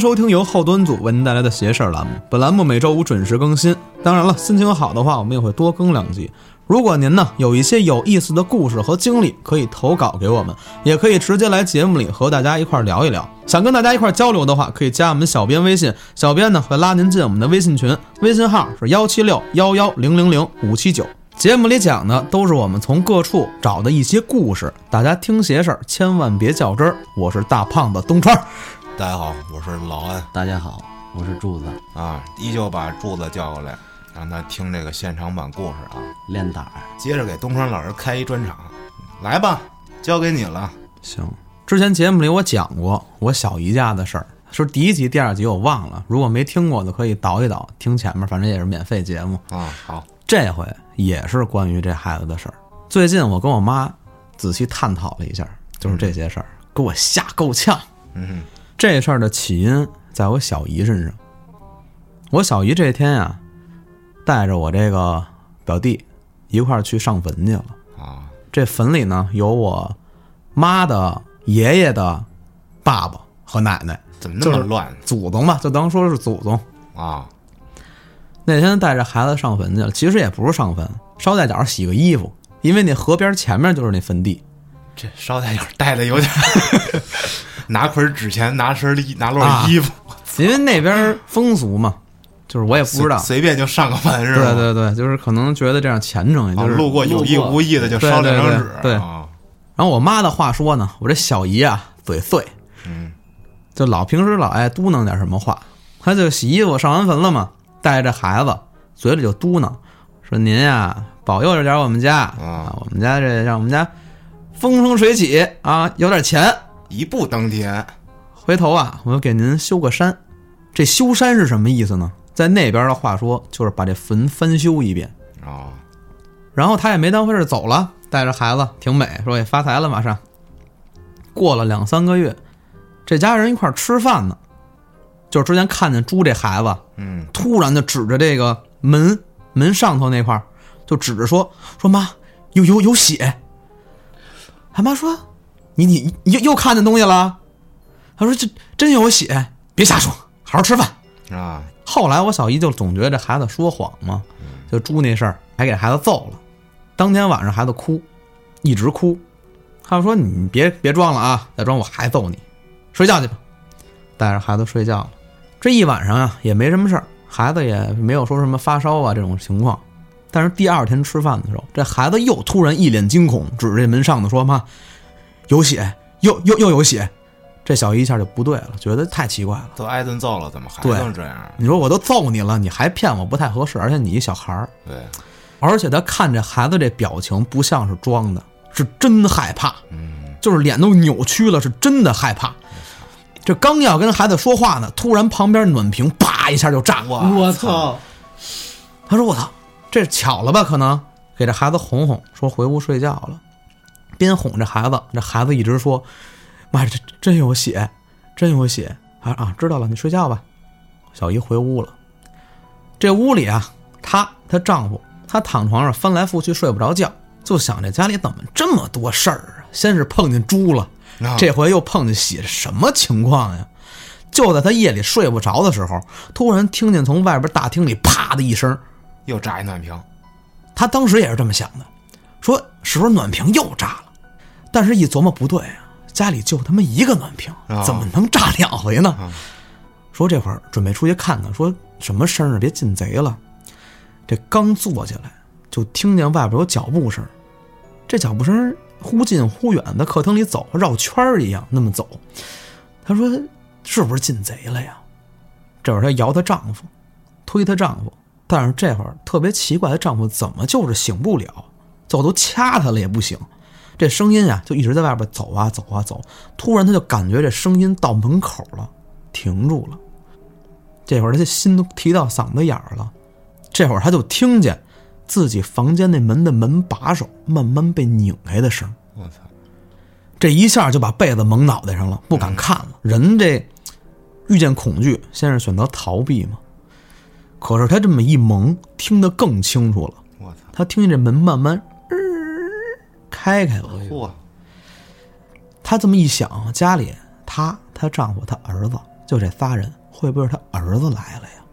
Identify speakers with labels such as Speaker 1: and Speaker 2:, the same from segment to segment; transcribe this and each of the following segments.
Speaker 1: 收听由后端组为您带来的“邪事儿”栏目。本栏目每周五准时更新。当然了，心情好的话，我们也会多更两集。如果您呢有一些有意思的故事和经历，可以投稿给我们，也可以直接来节目里和大家一块儿聊一聊。想跟大家一块儿交流的话，可以加我们小编微信，小编呢会拉您进我们的微信群，微信号是幺七六幺幺零零零五七九。节目里讲的都是我们从各处找的一些故事，大家听邪事儿千万别较真儿。我是大胖子东川儿，
Speaker 2: 大家好，我是老安
Speaker 3: 大家好，我是柱子，
Speaker 2: 啊，依旧把柱子叫过来，让他听这个现场版故事啊。
Speaker 3: 练胆儿，
Speaker 2: 接着给东川老师开一专场，来吧，交给你了。
Speaker 1: 行，之前节目里我讲过我小姨家的事儿，是第一集、第二集我忘了，如果没听过的可以倒一倒，听前面，反正也是免费节目。
Speaker 2: 啊，好，
Speaker 1: 这回也是关于这孩子的事儿。最近我跟我妈仔细探讨了一下，就是这些事儿，给我吓够呛。
Speaker 2: 嗯
Speaker 1: 这事儿的起因在我小姨身上。我小姨这天呀、带着我这个表弟一块儿去上坟去了。
Speaker 2: 啊，
Speaker 1: 这坟里呢有我妈的爷爷的爸爸和奶奶，
Speaker 2: 怎么那么乱
Speaker 1: 祖宗吧，就当说是祖宗。
Speaker 2: 啊？
Speaker 1: 那天带着孩子上坟去了，其实也不是上坟，捎带脚洗个衣服，因为那河边前面就是那坟地。
Speaker 2: 这捎带脚带的有点儿， 拿捆纸钱，拿身衣，拿
Speaker 1: 啊
Speaker 2: 摞衣服，
Speaker 1: 因为那边风俗嘛，就是我也不知道。
Speaker 2: 随随便就上个坟是吧？
Speaker 1: 对对对，就是可能觉得这样虔诚，也
Speaker 2: 啊，
Speaker 1: 就是
Speaker 2: 路过有意
Speaker 3: 路过
Speaker 2: 无意的就烧两张纸
Speaker 1: 对对对对
Speaker 2: 啊。
Speaker 1: 然后我妈的话说呢，我这小姨啊嘴碎，
Speaker 2: 嗯，
Speaker 1: 就老平时老爱嘟囔点什么话。她就洗衣服上完坟了嘛，带着孩子嘴里就嘟囔说：“您呀、保佑着点我们家啊，我们家这让我们家风生水起啊，有点钱。
Speaker 2: 一步登天，
Speaker 1: 回头啊，我给您修个山。这修山是什么意思呢？在那边的话说，就是把这坟翻修一遍。
Speaker 2: 啊，
Speaker 1: 然后他也没当回事儿走了，带着孩子挺美，说也发财了，马上。过了两三个月，这家人一块儿吃饭呢，就是之前看见猪这孩子，
Speaker 2: 嗯，
Speaker 1: 突然就指着这个门门上头那块儿，就指着说说妈，有有有血。他妈说，你你你又又看见东西了？他说这真有血，别瞎说，好好吃饭。
Speaker 2: 啊，
Speaker 1: 后来我小姨就总觉得这孩子说谎嘛，就猪那事儿还给孩子揍了。当天晚上孩子哭，一直哭。他说：“你别别装了啊，再装我还揍你，睡觉去吧。”带着孩子睡觉了。这一晚上啊也没什么事儿，孩子也没有说什么发烧啊这种情况。但是第二天吃饭的时候，这孩子又突然一脸惊恐，指着这门上头说：“妈，有血，又又又有血！”这小姨一下就不对了，觉得太奇怪了。
Speaker 2: 都挨顿揍了，怎么还
Speaker 1: 对
Speaker 2: 能这样？
Speaker 1: 你说我都揍你了，你还骗我不太合适，而且你一小孩儿，
Speaker 2: 对，
Speaker 1: 而且他看这孩子这表情不像是装的，是真害怕，
Speaker 2: 嗯，
Speaker 1: 就是脸都扭曲了，是真的害怕。这刚要跟孩子说话呢，突然旁边暖瓶啪一下就炸了。
Speaker 2: 哇
Speaker 3: 我操，
Speaker 1: 他说：“我操，这巧了吧？可能给这孩子哄哄，说回屋睡觉了。”边哄这孩子，这孩子一直说：“妈，这真有血，真有血！”啊啊，知道了，你睡觉吧。小姨回屋了。这屋里啊，她她丈夫她躺床上翻来覆去睡不着觉，就想这家里怎么这么多事儿啊？先是碰见猪了，
Speaker 2: 那
Speaker 1: 这回又碰见血，什么情况呀？就在她夜里睡不着的时候，突然听见从外边大厅里啪的一声，
Speaker 2: 又炸一暖瓶，
Speaker 1: 他当时也是这么想的，说是不是暖瓶又炸了？但是一琢磨不对啊，家里就他妈一个暖瓶
Speaker 2: 啊，
Speaker 1: 怎么能炸两回呢
Speaker 2: 啊？
Speaker 1: 说这会儿准备出去看看，说什么声儿啊？别进贼了。这刚坐起来，就听见外边有脚步声，这脚步声忽近忽远，在客厅里走，绕圈儿一样那么走。他说：“是不是进贼了呀？”这会儿她摇她丈夫，推她丈夫，但是这会儿特别奇怪，她丈夫怎么就是醒不了？就都掐她了也不醒。这声音啊，就一直在外边走啊走啊走。突然，她就感觉这声音到门口了，停住了。这会儿她的心都提到嗓子眼儿了。这会儿她就听见自己房间那门的门把手慢慢被拧开的声儿。
Speaker 2: 我操，
Speaker 1: 这一下就把被子蒙脑袋上了，不敢看了。人这遇见恐惧，先是选择逃避嘛。可是他这么一蒙，听得更清楚了。
Speaker 2: 我操，
Speaker 1: 他听见这门慢慢、呃、开开了。
Speaker 2: 嚯，
Speaker 1: 他这么一想，家里他、她丈夫、她儿子就这仨人，会不会是他儿子来了呀？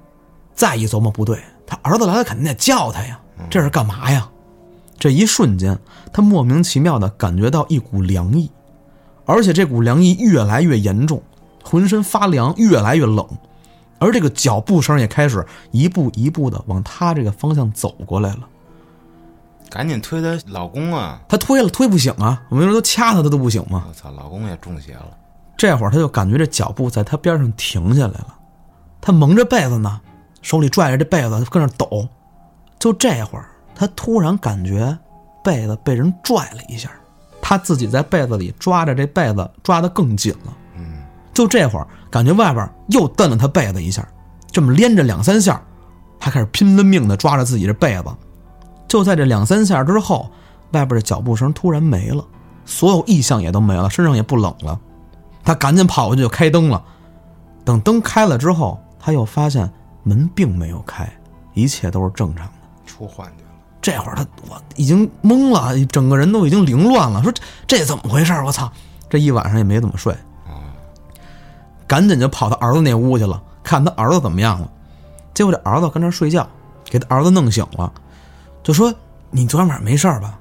Speaker 1: 再一琢磨，不对，他儿子来了肯定得叫他呀，这是干嘛呀？这一瞬间，他莫名其妙的感觉到一股凉意，而且这股凉意越来越严重，浑身发凉，越来越冷，而这个脚步声也开始一步一步的往他这个方向走过来了。
Speaker 2: 赶紧推她老公啊！
Speaker 1: 他推了推不醒啊，我们说都掐他他都不醒嘛。
Speaker 2: 我操，老公也中邪了，
Speaker 1: 这会儿他就感觉这脚步在他边上停下来了，他蒙着被子呢，手里拽着这被子跟那抖。就这会儿，他突然感觉被子被人拽了一下，他自己在被子里抓着这被子抓得更紧了。
Speaker 2: 嗯，
Speaker 1: 就这会儿，感觉外边又蹬了他被子一下，这么连着两三下，他开始拼了命的抓着自己这被子。就在这两三下之后，外边的脚步声突然没了，所有异象也都没了，身上也不冷了。他赶紧跑过去就开灯了。等灯开了之后，他又发现门并没有开，一切都是正常的。
Speaker 2: 出幻觉了，
Speaker 1: 这会儿他我已经懵了，整个人都已经凌乱了，说这这怎么回事儿？我操！这一晚上也没怎么睡，赶紧就跑他儿子那屋去了，看他儿子怎么样了。结果这儿子跟那儿睡觉，给他儿子弄醒了，就说：“你昨天晚上没事儿吧？”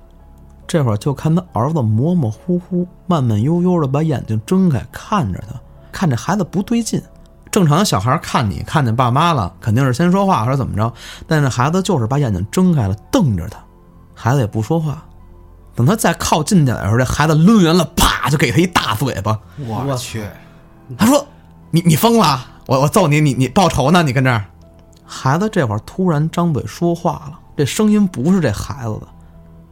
Speaker 1: 这会儿就看他儿子模模糊糊、慢慢悠悠的把眼睛睁开，看着他，看这孩子不对劲。正常的小孩看你看见爸妈了，肯定是先说话或者怎么着，但是孩子就是把眼睛睁开了，瞪着他，孩子也不说话。等他再靠近点的时候，这孩子抡圆了，啪就给他一大嘴巴。
Speaker 2: 我去，
Speaker 1: 他说：“你你疯了？我我揍你！你你报仇呢？你跟这儿。”孩子这会儿突然张嘴说话了，这声音不是这孩子的，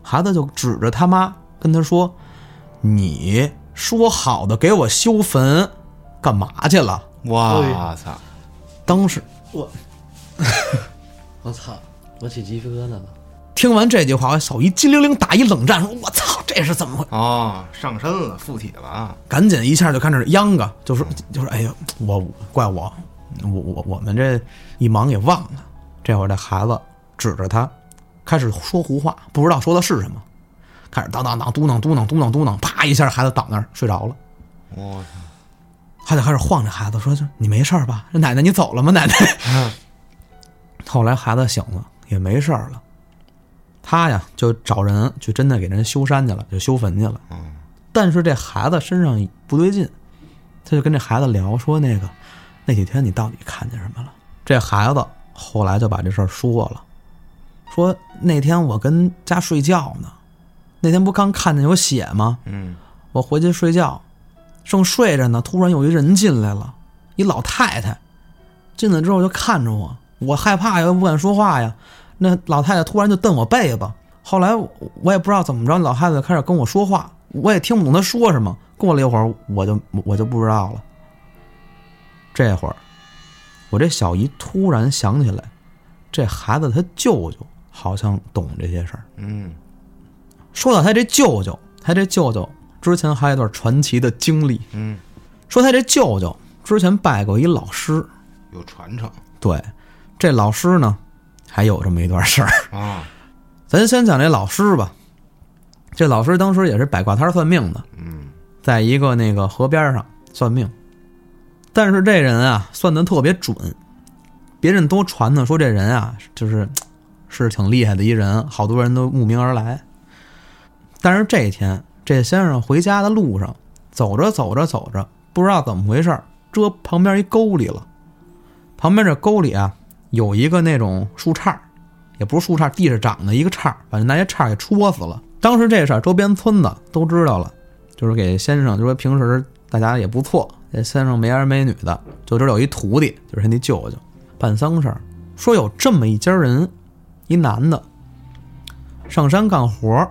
Speaker 1: 孩子就指着他妈跟他说：“你说好的给我修坟，干嘛去了
Speaker 2: 我操！？”
Speaker 1: 当时
Speaker 3: 我， 我操！我起鸡皮疙瘩了。
Speaker 1: 听完这句话，我手一激灵灵打一冷战，说：“我操，这是怎么回？”
Speaker 2: 哦，上身了，附体了啊！
Speaker 1: 赶紧一下就开始秧歌，就说就说，哎呀，我怪我，我我我们这一忙给忘了。这会儿这孩子指着他，开始说胡话，不知道说的是什么，开始当当当嘟囔嘟囔嘟囔嘟囔，啪一下孩子倒那儿睡着了。
Speaker 2: 我操，
Speaker 1: 他就开始晃着孩子说：“你没事儿吧？奶奶，你走了吗？奶奶。” 后来孩子醒了，也没事儿了。他呀，就找人去真的给人修山去了，就修坟去了。但是这孩子身上不对劲，他就跟这孩子聊说：“那个，那几天你到底看见什么了？”这孩子后来就把这事儿说了，说那天我跟家睡觉呢，那天不刚看见有血吗？
Speaker 2: 嗯，
Speaker 1: 我回去睡觉，正睡着呢，突然有一人进来了，一老太太，进来之后就看着我，我害怕呀，又不敢说话呀。那老太太突然就蹬我被子，后来我我也不知道怎么着，老太太就开始跟我说话，我也听不懂她说什么。过了一会儿，我就我就不知道了。这会儿，我这小姨突然想起来，这孩子他舅舅好像懂这些事儿。
Speaker 2: 嗯，
Speaker 1: 说到他这舅舅，他这舅舅之前还有一段传奇的经历。
Speaker 2: 嗯，
Speaker 1: 说他这舅舅之前拜过一老师，
Speaker 2: 有传承
Speaker 1: 对，这老师呢还有这么一段事儿。
Speaker 2: 啊，
Speaker 1: 咱先讲这老师吧，这老师当时也是摆卦摊儿算命的，
Speaker 2: 嗯，
Speaker 1: 在一个那个河边上算命，但是这人啊算的特别准，别人都传呢说这人啊就是嘖是挺厉害的一人，好多人都慕名而来。但是这一天，这先生回家的路上走着走着走着，不知道怎么回事儿，遮旁边一沟里了。旁边这沟里啊有一个那种树杈儿，也不是树杈儿，地上长的一个杈儿，把人拿一杈儿给戳死了。当时这事儿，周边村子都知道了。就是给先生，就说平时大家也不错，这先生没儿没女的，就这儿有一徒弟，就是他那舅舅，办丧事儿，说有这么一家人，一男的，上山干活儿，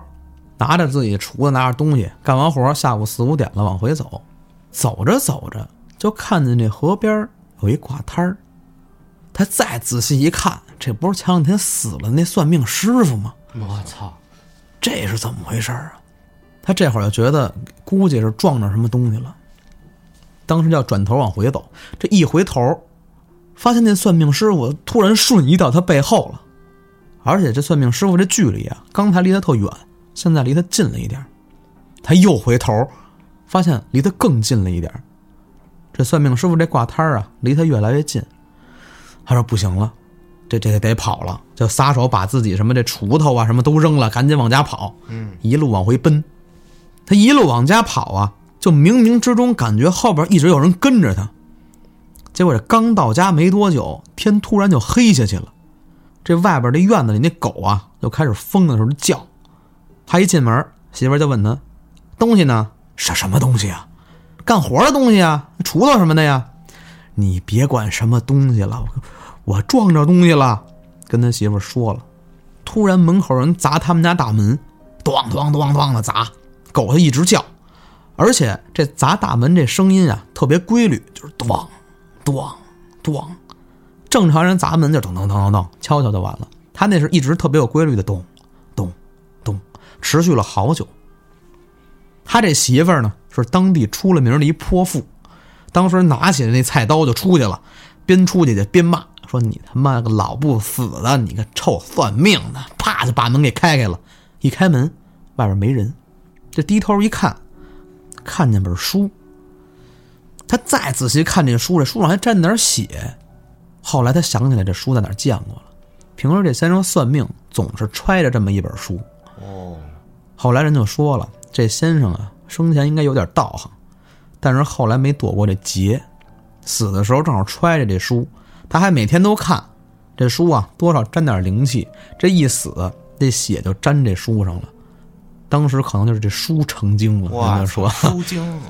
Speaker 1: 拿着自己厨子拿着东西，干完活儿下午四五点了往回走，走着走着就看见这河边儿有一挂摊儿，他再仔细一看，这不是前两天死了那算命师傅吗？
Speaker 3: 我操！
Speaker 1: 这是怎么回事儿啊？他这会儿就觉得估计是撞着什么东西了，当时就要转头往回走。这一回头，发现那算命师傅突然瞬移到他背后了，而且这算命师傅这距离啊，刚才离他特远，现在离他近了一点儿。他又回头，发现离他更近了一点儿。这算命师傅这挂摊儿啊，离他越来越近。他说不行了，这这得跑了，就撒手把自己什么这锄头啊什么都扔了，赶紧往家跑。嗯，一路往回奔。他一路往家跑啊，就冥冥之中感觉后边一直有人跟着他。结果这刚到家没多久，天突然就黑下去了。这外边这院子里那狗啊，就开始疯的时候就叫。他一进门，媳妇儿就问他：“东西呢？什什么东西啊？干活的东西啊？锄头什么的呀？”你别管什么东西了，我我撞着东西了，跟他媳妇儿说了。突然门口人砸他们家大门，咣咣咣咣的砸，狗它一直叫，而且这砸大门这声音啊特别规律，就是咣咣咣。正常人砸门就噔噔噔噔噔敲敲就完了，他那是一直特别有规律的咚咚咚，持续了好久。他这媳妇儿呢是当地出了名的一泼妇，当时拿起那菜刀就出去了，边出去就边骂说：“你他妈个老不死的，你个臭算命的！”啪就把门给开开了，一开门外边没人，这低头一看，看见本书。他再仔细看这书，这书上还沾点血。后来他想起来这书在哪儿见过了。平时这先生算命总是揣着这么一本书。
Speaker 2: 哦，
Speaker 1: 后来人就说了，这先生啊，生前应该有点道行，但是后来没躲过这劫，死的时候正好揣着这书，他还每天都看。这书啊，多少沾点灵气，这一死，这血就沾这书上了。当时可能就是这书成精了，人
Speaker 2: 哇，
Speaker 1: 家说。
Speaker 2: 收精，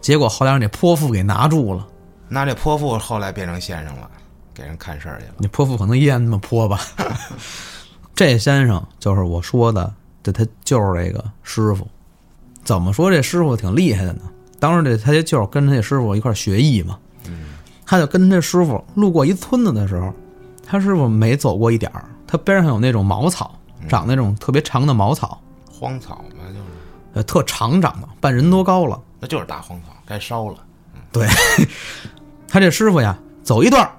Speaker 1: 结果后来让这泼妇给拿住了。
Speaker 2: 那这泼妇后来变成先生了，给人看事儿去了。
Speaker 1: 你泼妇可能依然那么泼吧。 这先生就是我说的，这他就是这个师傅。怎么说这师傅挺厉害的呢？当时这他这舅跟他这师傅一块儿学艺嘛，他就跟他师傅路过一村子的时候，他师傅每走过一点儿，他边上有那种茅草，长那种特别长的茅草，
Speaker 2: 荒草嘛，就是
Speaker 1: 呃，特长长的，半人多高了。
Speaker 2: 那就是大荒草，该烧了。
Speaker 1: 对，他这师傅呀，走一段儿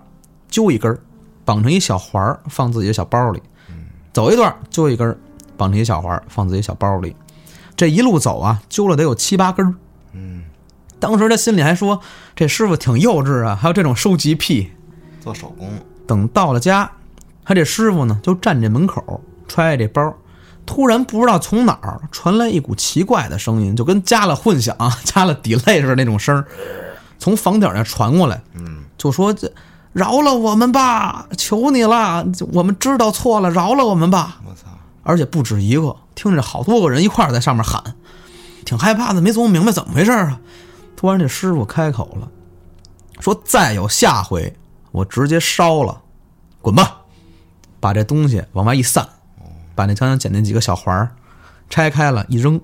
Speaker 1: 揪一根儿，绑成一小环儿，放自己的小包里；走一段儿揪一根儿，绑成一小环儿，放自己小包里。这一路走啊，揪了得有七八根儿。
Speaker 2: 嗯，
Speaker 1: 当时他心里还说，这师傅挺幼稚啊，还有这种收集癖。
Speaker 2: 做手工，
Speaker 1: 等到了家，他这师傅呢就站这门口，揣着这包。突然不知道从哪儿传来一股奇怪的声音，就跟加了混响、 加了 delay 似的那种声儿，从房顶儿那传过来。
Speaker 2: 嗯，
Speaker 1: 就说这饶了我们吧，求你了，我们知道错了，饶了我们吧。
Speaker 2: 我操，
Speaker 1: 而且不止一个，听着好多个人一块儿在上面喊，挺害怕的，没琢磨明白怎么回事儿啊。突然这师傅开口了，说再有下回，我直接烧了，滚吧！把这东西往外一散，把那枪上捡那几个小环儿拆开了，一扔，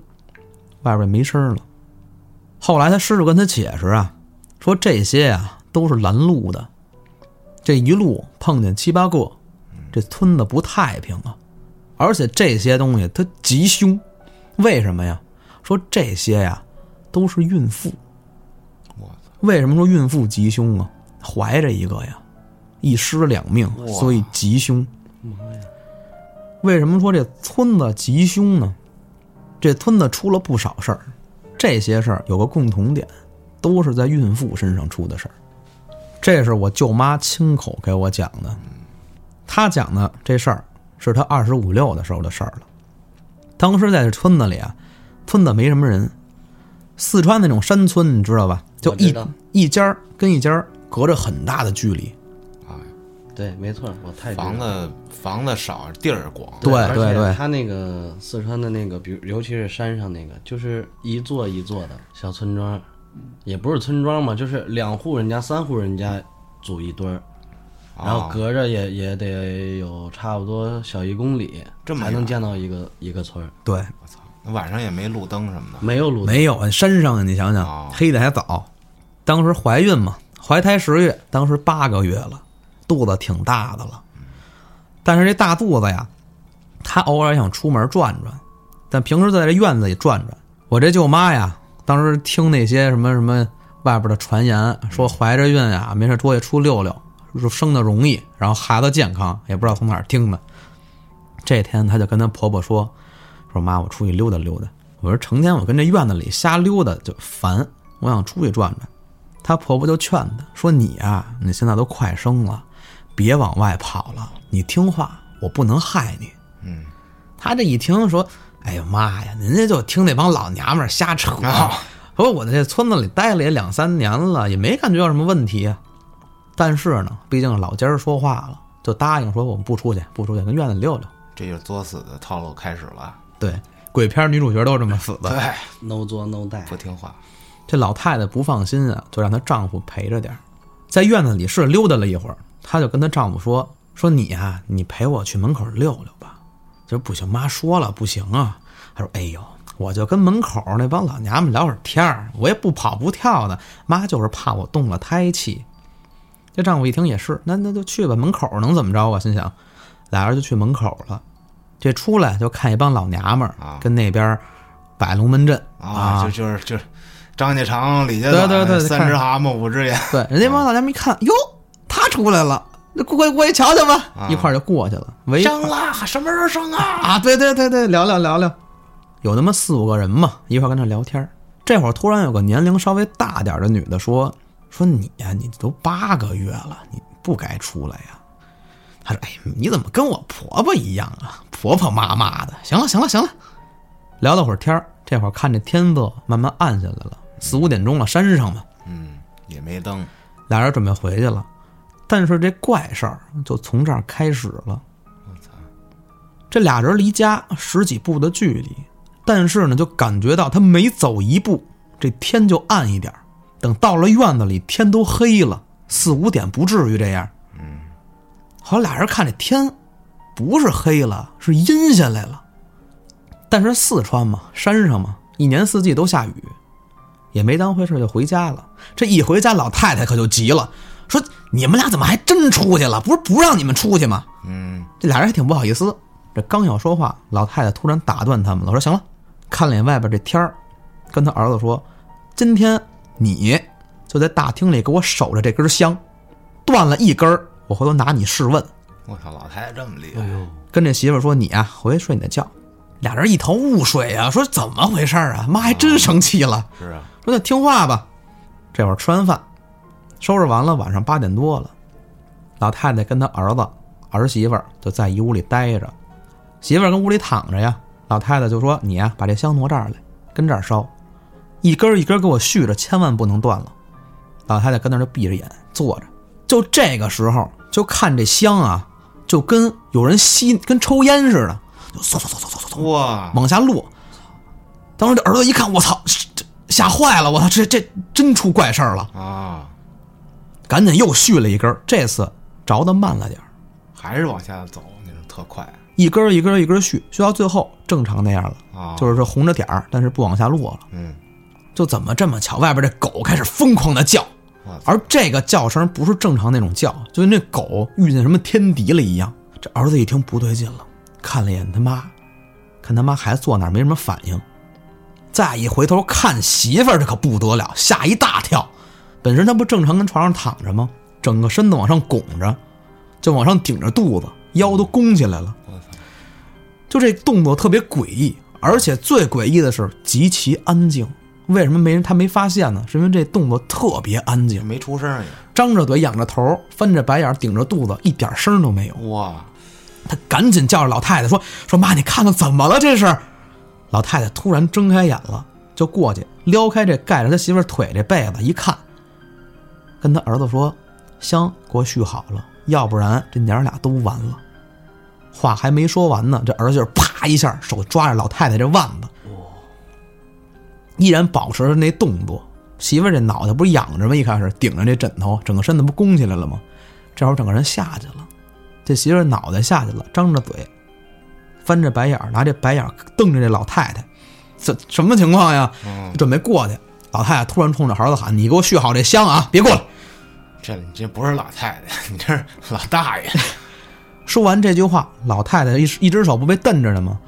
Speaker 1: 外边没声儿了。后来他师傅跟他解释啊，说这些啊都是拦路的，这一路碰见七八个，这村子不太平啊。而且这些东西它吉凶，为什么呀？说这些呀都是孕妇，
Speaker 2: 我操，
Speaker 1: 为什么说孕妇吉凶啊？怀着一个呀，一尸两命，
Speaker 2: 哇
Speaker 1: 所以吉凶。
Speaker 3: 妈呀！
Speaker 1: 为什么说这村子吉凶呢？这村子出了不少事儿，这些事儿有个共同点，都是在孕妇身上出的事儿。这是我舅妈亲口给我讲的，她讲的这事儿是她二十五六的时候的事儿了。当时在这村子里啊，村子没什么人，四川那种山村你知道吧？就
Speaker 3: 我知
Speaker 1: 一
Speaker 3: 道
Speaker 1: 一家儿跟一家儿隔着很大的距离，
Speaker 2: 啊，
Speaker 3: 对，没错，我太知道
Speaker 2: 房子房子少，地儿广，
Speaker 1: 对
Speaker 3: 而且
Speaker 1: 对对
Speaker 3: 他那个四川的那个，比如尤其是山上那个，就是一座一座的小村庄，也不是村庄嘛，就是两户人家、三户人家组一堆儿，然后
Speaker 2: 啊
Speaker 3: 隔着也也得有差不多小一公里，
Speaker 2: 这么
Speaker 3: 才能
Speaker 2: 远
Speaker 3: 见到一个一个村儿，
Speaker 1: 对，
Speaker 2: 我操，那晚上也没路灯什么的。
Speaker 3: 没有路灯，
Speaker 1: 没有，山上啊你想想
Speaker 2: 哦，
Speaker 1: 黑的还早。当时怀孕嘛，怀胎十月，当时八个月了，肚子挺大的了。但是这大肚子呀，她偶尔想出门转转，但平时在这院子里转转。我这舅妈呀，当时听那些什么什么外边的传言，说怀着孕呀，没事多去出溜溜，说生的容易，然后孩子健康，也不知道从哪儿听的。这天她就跟她婆婆说：“说妈，我出去溜达溜达。我说成天我跟这院子里瞎溜达就烦，我想出去转转。她婆婆就劝她说：“你啊，你现在都快生了，别往外跑了，你听话，我不能害你。”
Speaker 2: 嗯，
Speaker 1: 她这一听说：“哎呀妈呀，人家就听那帮老娘们儿瞎扯。
Speaker 2: 啊
Speaker 1: 说我在这村子里待了也两三年了，也没感觉有什么问题啊。但是呢，毕竟老尖儿说话了，就答应说我们不出去，不出去，跟院子里溜溜。
Speaker 2: 这就是作死的套路开始了。
Speaker 1: 对，鬼片女主角都这么死的。
Speaker 2: 对，
Speaker 3: ，no 作 no die，
Speaker 2: 不听话，
Speaker 1: 这老太太不放心啊，就让她丈夫陪着点儿，在院子里是溜达了一会儿，她就跟她丈夫说：“说你啊，你陪我去门口溜溜吧。”就说不行，妈说了不行啊。她说：“哎呦，我就跟门口那帮老娘们聊会儿天儿，我也不跑不跳的，妈就是怕我动了胎气。”这丈夫一听也是，那那就去吧，门口能怎么着啊？心想，俩人就去门口了。这出来就看一帮老娘们儿
Speaker 2: 啊
Speaker 1: 跟那边儿摆龙门阵
Speaker 2: 啊，就就是就是张家长李家
Speaker 1: 对
Speaker 2: 短，
Speaker 1: 对对
Speaker 2: 三
Speaker 1: 看哎
Speaker 2: 只蛤蟆五只眼，
Speaker 1: 对，人家王老娘们一看，哟，他出来了，那过过过去瞧瞧吧，一块儿就过去了。围
Speaker 2: 生了什么时候生啊？
Speaker 1: 啊，对对对对，聊聊聊聊，有那么四五个人嘛，一块儿跟这聊天儿。这会儿突然有个年龄稍微大点儿的女的说：“说你呀、你都八个月了，你不该出来呀。”她说：“哎，你怎么跟我婆婆一样啊？婆婆妈妈的。行了，行了，行了。”聊了会儿天儿，这会儿看这天色慢慢暗下来了，四五点钟了，山上嘛，
Speaker 2: 嗯，也没灯，
Speaker 1: 俩人准备回去了，但是这怪事儿就从这儿开始了。
Speaker 2: 我操，
Speaker 1: 这俩人离家十几步的距离，但是呢，就感觉到他每走一步，这天就暗一点儿。等到了院子里，天都黑了，四五点不至于这样。嗯，好，俩人看这天不是黑了，是阴下来了。但是四川嘛，山上嘛，一年四季都下雨，也没当回事儿就回家了。这一回家，老太太可就急了，说：“你们俩怎么还真出去了？不是不让你们出去吗？”
Speaker 2: 嗯，
Speaker 1: 这俩人还挺不好意思。这刚要说话，老太太突然打断他们了，说：“行了，看了眼外边这天儿，跟他儿子说，今天你就在大厅里给我守着这根香，断了一根儿，我回头拿你试问。
Speaker 2: 我操，老太太这么厉
Speaker 1: 哎
Speaker 2: 害，
Speaker 1: 跟这媳妇儿说，你啊，回去睡你的觉。”俩人一头雾水啊，说怎么回事儿啊？妈还真生气了，
Speaker 2: 是啊，
Speaker 1: 说那听话吧。这会儿吃完饭，收拾完了，晚上八点多了，老太太跟她儿子、儿媳妇儿就在一屋里待着，媳妇儿跟屋里躺着呀。老太太就说：“你呀、把这香挪这儿来，跟这儿烧，一根儿一根儿给我续着，千万不能断了。”老太太跟那儿就闭着眼坐着。就这个时候，就看这香啊，就跟有人吸，跟抽烟似的，就嗖嗖嗖嗖嗖嗖嗖
Speaker 2: 哇，
Speaker 1: 往下落。当时这儿子一看，我操，这这吓坏了！我操，这这真出怪事儿了！
Speaker 2: 啊，
Speaker 1: 赶紧又续了一根儿，这次着的慢了点儿，
Speaker 2: 还是往下走，那种特快，
Speaker 1: 一根儿一根儿一根儿续，续到最后正常那样了，
Speaker 2: 啊
Speaker 1: 就是说红着点儿，但是不往下落了。
Speaker 2: 嗯，
Speaker 1: 就怎么这么巧？外边这狗开始疯狂的叫
Speaker 2: 哇，
Speaker 1: 而这个叫声不是正常那种叫，就跟那狗遇见什么天敌了一样。这儿子一听不对劲了，看了一眼他妈，看他妈还坐那儿没什么反应，再一回头看媳妇儿，这可不得了，吓一大跳。本身他不正常跟床上躺着吗？整个身子往上拱着，就往上顶着肚子，腰都弓起来了。
Speaker 2: 我操，
Speaker 1: 就这动作特别诡异，而且最诡异的是极其安静。为什么没人他没发现呢？是因为这动作特别安静，
Speaker 2: 没出声儿
Speaker 1: 张着嘴，仰着头，翻着白眼，顶着肚子，一点声都没有。
Speaker 2: 也，哇，
Speaker 1: 他赶紧叫着老太太说：“说妈，你看看怎么了这是？”老太太突然睁开眼了，就过去撩开这盖着他媳妇儿腿这被子，一看，跟他儿子说：“香，给我续好了，要不然这娘儿俩都完了。”话还没说完呢，这儿子就啪一下手抓着老太太这腕子，依然保持着那动作。媳妇儿这脑袋不是仰着吗？一开始顶着这枕头，整个身子不弓起来了吗？这会儿整个人下去了。这媳妇儿脑袋下去了，张着嘴，翻着白眼儿，拿这白眼儿瞪着这老太太，这什么情况呀？
Speaker 2: 嗯，
Speaker 1: 准备过去，老太太突然冲着儿子喊：“你给我续好这香啊，别过来
Speaker 2: 这你这不是老太太， 你这是老大爷，！”
Speaker 1: 说完这句话，老太太一一只手不被瞪着呢吗？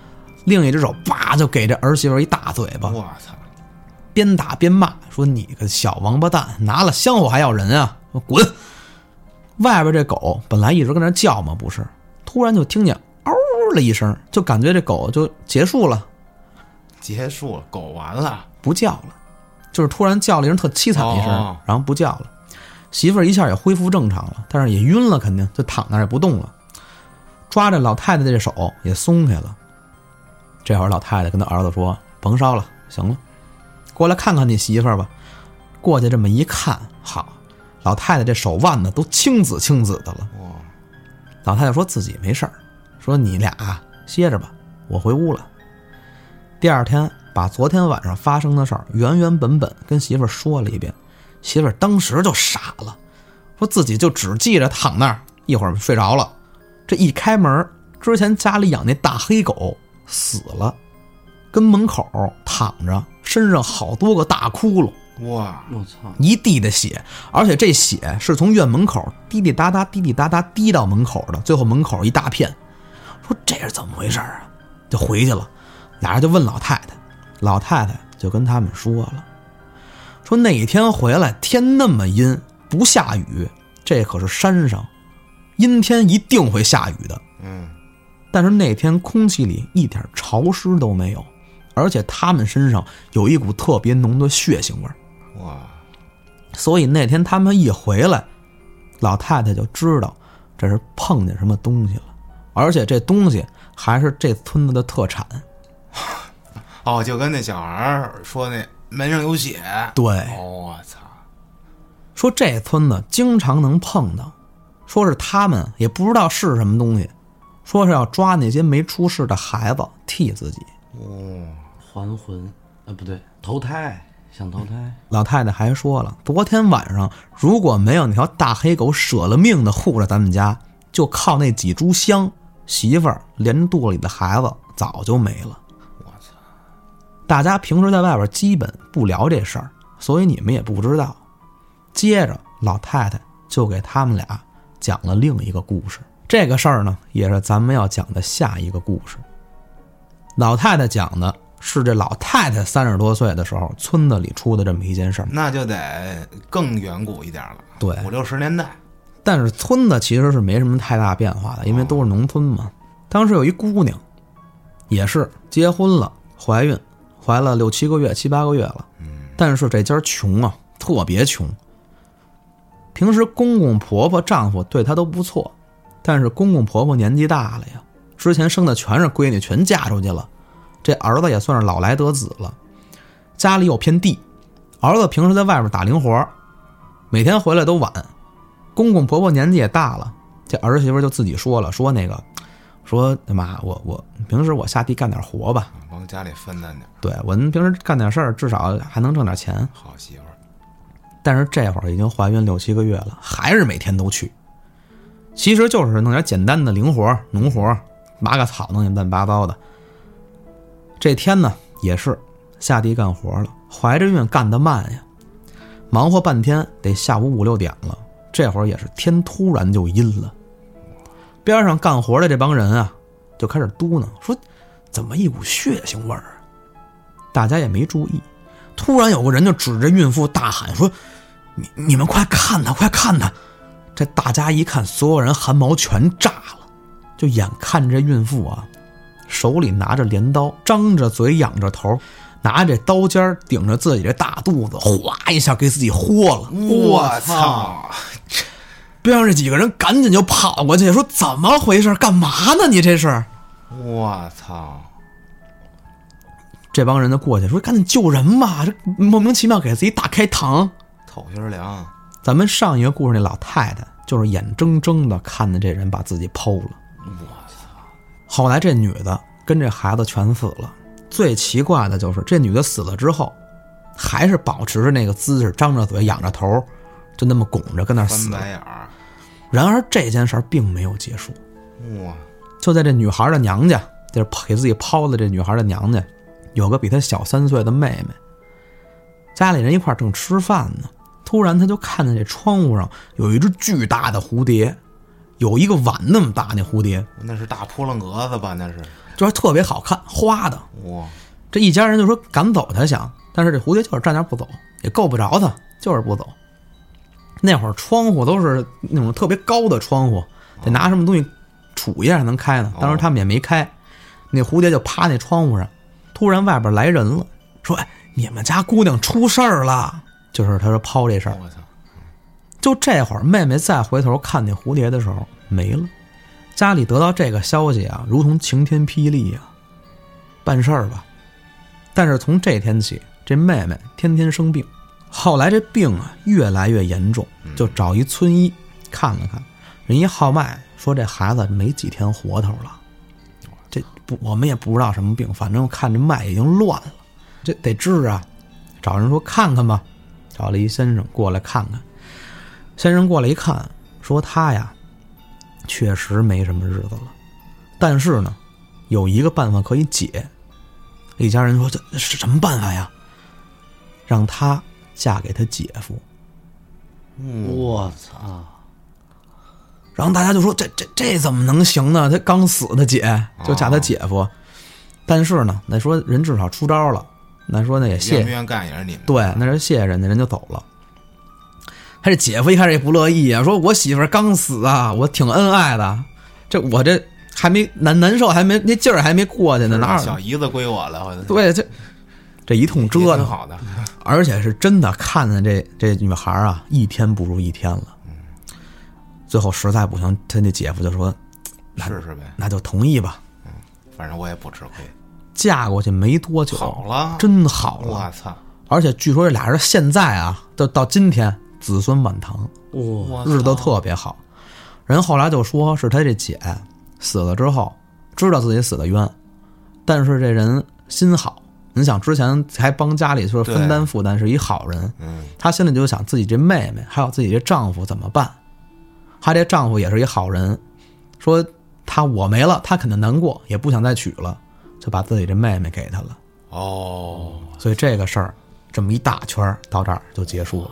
Speaker 1: 另一只手叭就给这儿媳妇儿一大嘴巴，
Speaker 2: 我操，
Speaker 1: 边打边骂，说：“你个小王八蛋，拿了香火还要人啊！滚！”外边这狗本来一直跟那叫嘛，不是，突然就听见嗷了一声，就感觉这狗就结束了，
Speaker 2: 结束了，狗完了，
Speaker 1: 不叫了。就是突然叫了一声特凄惨的一声，
Speaker 2: 哦
Speaker 1: 然后不叫了。媳妇儿一下也恢复正常了，但是也晕了，肯定就躺那儿也不动了。抓着老太太这手也松开了。这会儿老太太跟她儿子说：“甭烧了，行了，过来看看你媳妇儿吧。”过去这么一看，好，老太太这手腕子都青紫青紫的了。
Speaker 2: 哇，
Speaker 1: 老太太说自己没事儿，说你俩啊歇着吧，我回屋了。第二天把昨天晚上发生的事儿原原本本跟媳妇儿说了一遍，媳妇儿当时就傻了，说自己就只记着躺那儿一会儿睡着了，这一开门，之前家里养那大黑狗死了，跟门口躺着，身上好多个大窟窿。
Speaker 2: 哇，
Speaker 3: 我操！
Speaker 1: 啊一地的血，而且这血是从院门口滴滴答答、滴滴答答滴到门口的，最后门口一大片。说这是怎么回事儿啊？就回去了，俩人就问老太太，老太太就跟他们说了，说那天回来天那么阴，不下雨，这可是山上，阴天一定会下雨的。
Speaker 2: 嗯，
Speaker 1: 但是那天空气里一点潮湿都没有，而且他们身上有一股特别浓的血腥味儿。
Speaker 2: 哇，
Speaker 1: 所以那天他们一回来，老太太就知道这是碰见什么东西了，而且这东西还是这村子的特产。
Speaker 2: 哦，就跟那小孩儿说那门上有血，
Speaker 1: 对，
Speaker 2: 哦我操，
Speaker 1: 说这村子经常能碰到，说是他们也不知道是什么东西，说是要抓那些没出世的孩子替自己。
Speaker 2: 哦，
Speaker 3: 还魂，呃，不对，投胎，想投胎，
Speaker 1: 老太太还说了，昨天晚上如果没有那条大黑狗舍了命的护着咱们家，就靠那几炷香，媳妇儿连肚里的孩子早就没了。
Speaker 2: 我操，
Speaker 1: 大家平时在外边基本不聊这事儿，所以你们也不知道。接着，老太太就给他们俩讲了另一个故事。这个事儿呢，也是咱们要讲的下一个故事。老太太讲的是这老太太三十多岁的时候，村子里出的这么一件事儿。
Speaker 2: 那就得更远古一点了，
Speaker 1: 对
Speaker 2: 五六十年代，
Speaker 1: 但是村子其实是没什么太大变化的，因为都是农村嘛。当时有一姑娘，也是结婚了，怀孕，怀了六七个月、七八个月了。但是这家穷啊，特别穷。平时公公婆婆、丈夫对她都不错，但是公公婆婆年纪大了呀，之前生的全是闺女，全嫁出去了，这儿子也算是老来得子了。家里有片地，儿子平时在外边打零活儿，每天回来都晚，公公婆婆年纪也大了，这儿媳妇就自己说了，说那个，说妈，我我平时我下地干点活吧，
Speaker 2: 往家里分担点，
Speaker 1: 对我们平时干点事儿，至少还能挣点钱。
Speaker 2: 好媳妇儿，
Speaker 1: 但是这会儿已经怀孕六七个月了，还是每天都去，其实就是弄点简单的零活儿、农活儿，拔个草，弄点乱七八糟的。这天呢，也是下地干活了，怀着孕干得慢呀，忙活半天得下午五六点了。这会儿也是天突然就阴了，边上干活的这帮人啊，就开始嘟囔说：“怎么一股血腥味儿啊？”大家也没注意，突然有个人就指着孕妇大喊说：“你你们快看她，快看她！”这大家一看，所有人汗毛全炸了，就眼看这孕妇啊，手里拿着镰刀，张着嘴，仰着头，拿着刀尖儿顶着自己这大肚子，哗一下给自己豁了。
Speaker 2: 我操，
Speaker 1: 边上这几个人赶紧就跑过去，说怎么回事？干嘛呢？你这是？
Speaker 2: 我操，
Speaker 1: 这帮人就过去说赶紧救人吧！这莫名其妙给自己打开膛。
Speaker 2: 透心儿凉，
Speaker 1: 咱们上一个故事那老太太就是眼睁睁的看着这人把自己剖了。我操！后来这女的跟这孩子全死了。最奇怪的就是这女的死了之后，还是保持着那个姿势，张着嘴，仰着头，就那么拱着跟那儿
Speaker 2: 翻
Speaker 1: 死。
Speaker 2: 白眼儿，
Speaker 1: 然而这件事儿并没有结束。
Speaker 2: 哇，
Speaker 1: 就在这女孩的娘家，就是给自己抛的这女孩的娘家，有个比她小三岁的妹妹。家里人一块儿正吃饭呢，突然她就看见这窗户上有一只巨大的蝴蝶，有一个碗那么大那蝴蝶，
Speaker 2: 那是大扑棱蛾子吧？那是，
Speaker 1: 就是特别好看，花的。
Speaker 2: 哇，
Speaker 1: 这一家人就说赶走他想，但是这蝴蝶就是站那儿不走，也够不着他，就是不走。那会儿窗户都是那种特别高的窗户，得拿什么东西杵一下才能开呢。当时他们也没开，那蝴蝶就趴那窗户上。突然外边来人了，说：“哎，你们家姑娘出事儿了。”就是他说抛这事儿，
Speaker 2: 我操，
Speaker 1: 就这会儿，妹妹再回头看见蝴蝶的时候没了。家里得到这个消息啊，如同晴天霹雳啊，办事儿吧。但是从这天起，这妹妹天天生病，后来这病啊越来越严重，就找一村医看了看，人一号脉说这孩子没几天活头了。这不，我们也不知道什么病，反正看这脉已经乱了，这得治啊。找人说看看吧，找了一先生过来看看。先生过来一看，说他呀，确实没什么日子了，但是呢，有一个办法可以解。一家人说这这是什么办法呀？让她嫁给他姐夫。
Speaker 3: 我操！
Speaker 1: 然后大家就说这这这怎么能行呢？他刚死的姐就嫁他姐夫，但是呢，那说人至少出招了，那说呢也谢
Speaker 2: 愿不愿干也是你们。
Speaker 1: 对，那是谢谢人家，人就走了。他这姐夫一开始也不乐意啊，说我媳妇儿刚死啊，我挺恩爱的，这我这还没难难受，还没那劲儿还没过去呢，哪
Speaker 2: 小
Speaker 1: 有？
Speaker 2: 姨子归我了，我操
Speaker 1: 对，这这一通折
Speaker 2: 也
Speaker 1: 腾
Speaker 2: 挺，好的，
Speaker 1: 而且是真的看见这这女孩儿啊，一天不如一天了。
Speaker 2: 嗯
Speaker 1: 最后实在不行，他那姐夫就说
Speaker 2: 试试 呗，
Speaker 1: 那就同意吧。
Speaker 2: 反正我也不吃亏。
Speaker 1: 嫁过去没多久，
Speaker 2: 好了，
Speaker 1: 真好了。
Speaker 2: 我操，
Speaker 1: 而且据说这俩人现在啊，到到今天子孙满堂。
Speaker 3: 哇，
Speaker 2: 我操
Speaker 1: 日子特别好。人后来就说是他这姐死了之后，知道自己死的冤，但是这人心好。你想之前还帮家里就是分担负担，是一好人。
Speaker 2: 嗯，
Speaker 1: 她现在就想自己这妹妹还有自己这丈夫怎么办？她这丈夫也是一好人，说他我没了，他肯定难过，也不想再娶了，就把自己这妹妹给他了。
Speaker 2: 嗯哦，
Speaker 1: 所以这个事儿这么一大圈儿到这儿就结束了。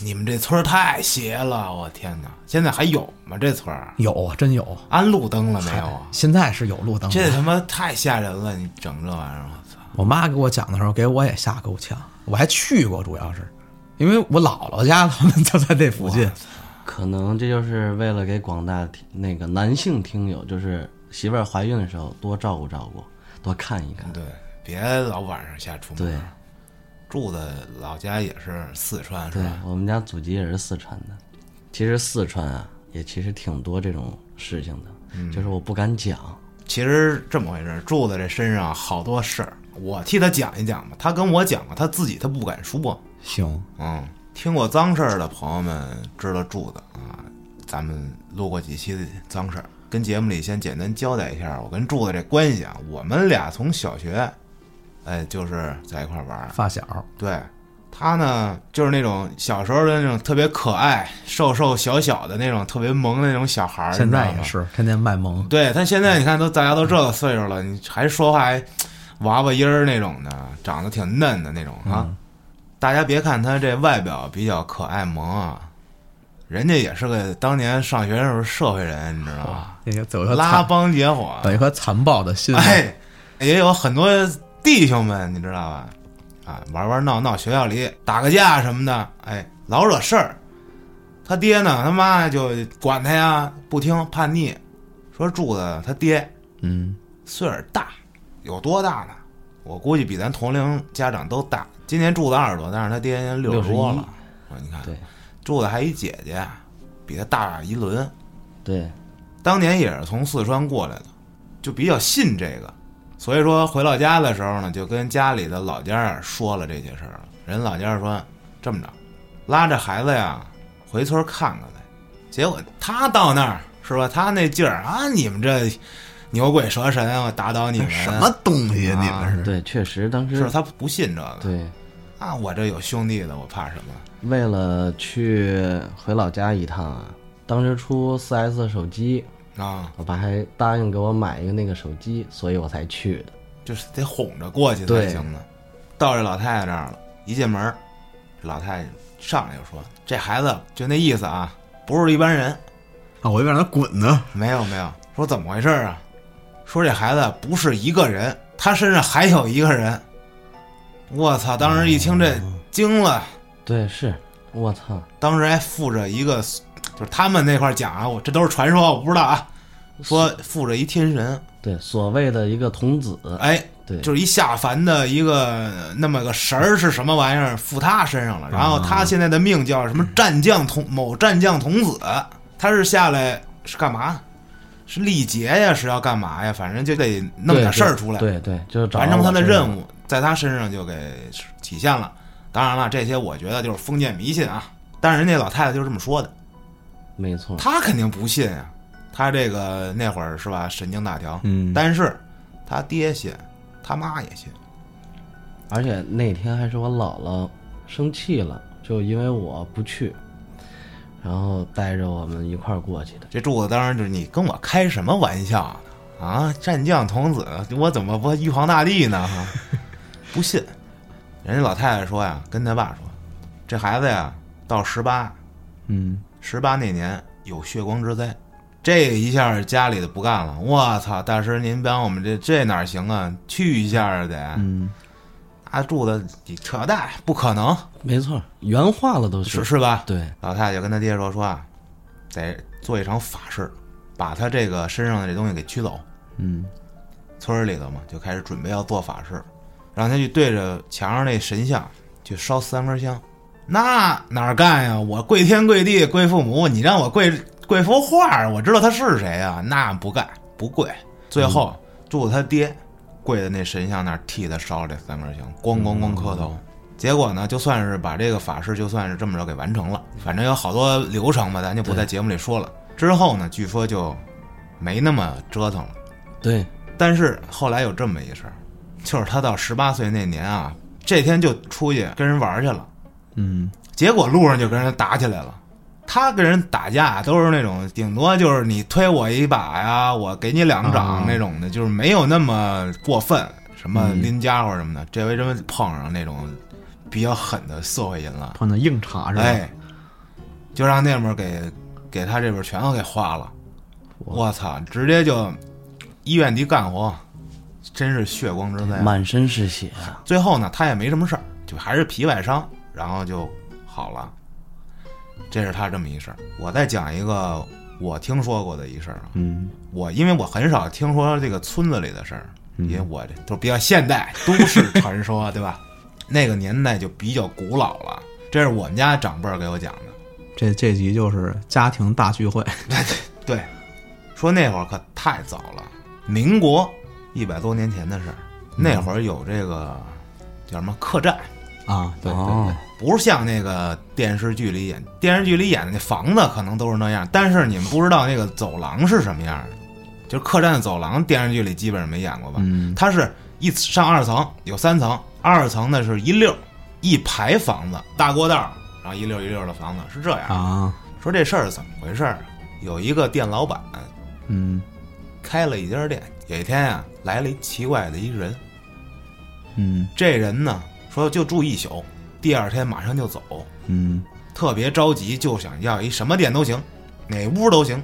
Speaker 2: 你们这村儿太邪了，我天哪！现在还有吗？这村儿
Speaker 1: 有啊真有，
Speaker 2: 安路灯了没有啊？
Speaker 1: 现在是有路灯了。
Speaker 2: 这他妈太吓人了！你整这玩意儿，我操！
Speaker 1: 我妈给我讲的时候，给我也吓够呛。我还去过，主要是因为我姥姥家他们就在这附近。
Speaker 3: 可能这就是为了给广大听那个男性听友，就是媳妇儿怀孕的时候多照顾照顾，多看一看。
Speaker 2: 对，别老晚上瞎出门。
Speaker 3: 对，
Speaker 2: 住的老家也是四川，是
Speaker 3: 对
Speaker 2: 吧？
Speaker 3: 我们家祖籍也是四川的，其实四川啊也其实挺多这种事情的，就是我不敢讲。
Speaker 2: 其实这么回事，住的这身上好多事儿，我替他讲一讲吧。他跟我讲了，他自己他不敢说。
Speaker 1: 行，
Speaker 2: 嗯，听过脏事儿的朋友们知道住的啊，咱们录过几期的脏事儿，跟节目里先简单交代一下我跟住的这关系啊。我们俩从小学，哎，就是在一块儿玩儿。
Speaker 1: 发小，
Speaker 2: 对，他呢就是那种小时候的那种特别可爱、瘦瘦小小的那种特别萌的那种小孩儿，
Speaker 1: 现在
Speaker 2: 你知道
Speaker 1: 也
Speaker 2: 吗。
Speaker 1: 是天天卖萌。
Speaker 2: 对他现在你看都大家都这个岁数了，你还说话还娃娃音儿那种的，长得挺嫩的那种啊。大家别看他这外表比较可爱萌啊，人家也是个当年上学的时候社会人，你知 道吗？
Speaker 1: 那个走一颗
Speaker 2: 拉
Speaker 1: 残，
Speaker 2: 帮结伙，
Speaker 1: 有一颗残暴的心。
Speaker 2: 哎，也有很多弟兄们，你知道吧？啊，玩玩闹闹，学校里打个架什么的，哎，老惹事儿。他爹呢，他妈就管他呀，不听叛逆，说住的他爹
Speaker 1: 嗯，
Speaker 2: 岁数大，有多大呢？我估计比咱同龄家长都大。今年住的二十多，但是他爹今年六十多了。啊你看，
Speaker 3: 对
Speaker 2: 住的还一姐姐，比他大一轮。
Speaker 3: 对，
Speaker 2: 当年也是从四川过来的，就比较信这个，所以说回老家的时候呢，就跟家里的老家儿说了这些事儿了。人老家儿说这么着，拉着孩子呀回村儿看看来。结果他到那儿是吧？他那劲儿啊，你们这牛鬼蛇神啊，我打倒你们
Speaker 1: 什么东西啊？你
Speaker 2: 啊
Speaker 1: 们是？
Speaker 3: 对，确实当时
Speaker 2: 是他不信这个
Speaker 3: 对，
Speaker 2: 啊，我这有兄弟的，我怕什么？
Speaker 3: 为了去回老家一趟啊，当时出 4S 手机，
Speaker 2: 啊，
Speaker 3: 我爸还答应给我买一个那个手机，所以我才去的。
Speaker 2: 就是得哄着过去才
Speaker 3: 对
Speaker 2: 行呢。到这老太太这儿了，一进门儿，这老太太上来就说：“这孩子就那意思啊，不是一般人。
Speaker 1: 啊，我以为让他滚呢。”
Speaker 2: 没有没有，说怎么回事儿啊？说这孩子不是一个人，他身上还有一个人。我操！当时一听这惊了，
Speaker 3: 对，是我操，
Speaker 2: 当时还附着一个，就是他们那块儿讲啊，我这都是传说，我不知道啊。说附着一天神，
Speaker 3: 对，所谓的一个童子，
Speaker 2: 哎，
Speaker 3: 对
Speaker 2: 就是一下凡的一个那么个神儿是什么玩意儿附他身上
Speaker 3: 啊
Speaker 2: 了，然后他现在的命叫什么战将童某战将童子，他是下来是干嘛？是历劫呀，是要干嘛呀？反正就得弄
Speaker 3: 对
Speaker 2: 点事儿
Speaker 3: 对
Speaker 2: 出来，
Speaker 3: 对对，就是找
Speaker 2: 完成他的任
Speaker 3: 务。
Speaker 2: 务，在他身上就给呃体现了。当然了，这些我觉得就是封建迷信啊，但是人家老太太就是这么说
Speaker 3: 嗯
Speaker 2: 的，
Speaker 3: 没错，
Speaker 2: 她肯定不信啊。她这个那会儿是吧，神经大条，
Speaker 1: 嗯，
Speaker 2: 但是她爹信，他妈也信。
Speaker 3: 而且那天还是我姥姥生气了，就因为我不去，然后带着我们一块儿过去的。
Speaker 2: 这柱子当然就是你跟我开什么玩笑呢？啊，战将童子，我怎么不玉皇大帝呢？哈不信，人家老太太说呀，跟他爸说，这孩子呀，到十八，
Speaker 1: 嗯，
Speaker 2: 十八那年有血光之灾，这一下家里的不干了。我操，大师您帮我们这这哪行啊？去一下啊得。
Speaker 1: 嗯，
Speaker 2: 啊，柱子，你扯淡，不可能，
Speaker 3: 没错，原话了都
Speaker 2: 是
Speaker 3: 是。
Speaker 2: 是吧？
Speaker 3: 对，
Speaker 2: 老太太就跟他爹说说啊，得做一场法事，把他这个身上的这东西给驱走。
Speaker 1: 嗯，
Speaker 2: 村儿里头嘛，就开始准备要做法事，让他去对着墙上那神像去烧三根香。那哪儿干呀？我跪天跪地跪父母，你让我跪跪幅画儿，我知道他是谁啊？那不干不跪。最后祝他爹跪在那神像那儿替他烧这三根香，咣咣咣磕头。结果呢，就算是把这个法事，就算是这么着给完成了。反正有好多流程吧，咱就不在节目里说了。之后呢，据说就没那么折腾了。
Speaker 3: 对，
Speaker 2: 但是后来有这么一事儿，就是他到十八岁那年啊，这天就出去跟人玩儿去了，
Speaker 1: 嗯，
Speaker 2: 结果路上就跟人打起来了。他跟人打架都是那种顶多就是你推我一把呀，我给你两掌
Speaker 1: 啊嗯
Speaker 2: 那种的，就是没有那么过分，什么拎家伙什么的。这回真碰上那种比较狠的社会人了，
Speaker 1: 碰见硬茬是吧？
Speaker 2: 哎，就让那边给给他这边全都给花了。我操，直接就医院里干活，真是血光之灾啊。
Speaker 3: 满身是血啊。
Speaker 2: 最后呢，他也没什么事儿，就还是皮外伤，然后就好了。这是他这么一事儿。我再讲一个我听说过的一事儿啊。
Speaker 1: 嗯，
Speaker 2: 我因为我很少听说这个村子里的事儿，因为我这都比较现代，都市传说，对吧？ 那个年代就比较古老了。这是我们家长辈儿给我讲的。
Speaker 1: 这这集就是家庭大聚会，
Speaker 2: 对，说那会儿可太早了，民国一百多年前的事儿。那会儿有这个叫什么客栈，
Speaker 1: 啊，对对对
Speaker 3: 哦，
Speaker 2: 不是像那个电视剧里演，电视剧里演的那房子可能都是那样，但是你们不知道那个走廊是什么样的，就是客栈的走廊，电视剧里基本上没演过吧？
Speaker 1: 嗯
Speaker 2: 它是一上二层有三层，二层呢是一溜儿一排房子，大过道儿，然后一溜儿一溜儿的房子是这样。
Speaker 1: 啊，
Speaker 2: 说这事儿是怎么回事儿啊？有一个店老板
Speaker 1: 嗯
Speaker 2: 开了一家店，有一天啊来了一奇怪的一人，
Speaker 1: 嗯
Speaker 2: 这人呢说就住一宿，第二天马上就走。
Speaker 1: 嗯
Speaker 2: 特别着急，就想要一什么店都行，哪屋都行。